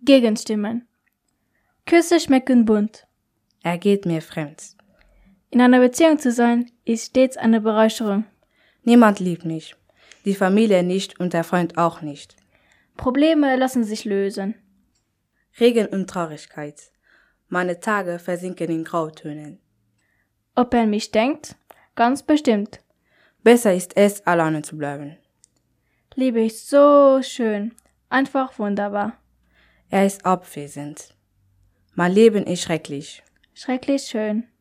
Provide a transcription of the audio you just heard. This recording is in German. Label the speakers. Speaker 1: Gegenstimmen. Küsse schmecken bunt.
Speaker 2: Er geht mir fremd.
Speaker 1: In einer Beziehung zu sein, ist stets eine Bereicherung.
Speaker 2: Niemand liebt mich. Die Familie nicht und der Freund auch nicht.
Speaker 1: Probleme lassen sich lösen.
Speaker 2: Regen und Traurigkeit. Meine Tage versinken in Grautönen.
Speaker 1: Ob er an mich denkt? Ganz bestimmt.
Speaker 2: Besser ist es, alleine zu bleiben.
Speaker 1: Liebe ich so schön. Einfach wunderbar.
Speaker 2: Er ist abwesend. Mein Leben ist schrecklich.
Speaker 1: Schrecklich schön.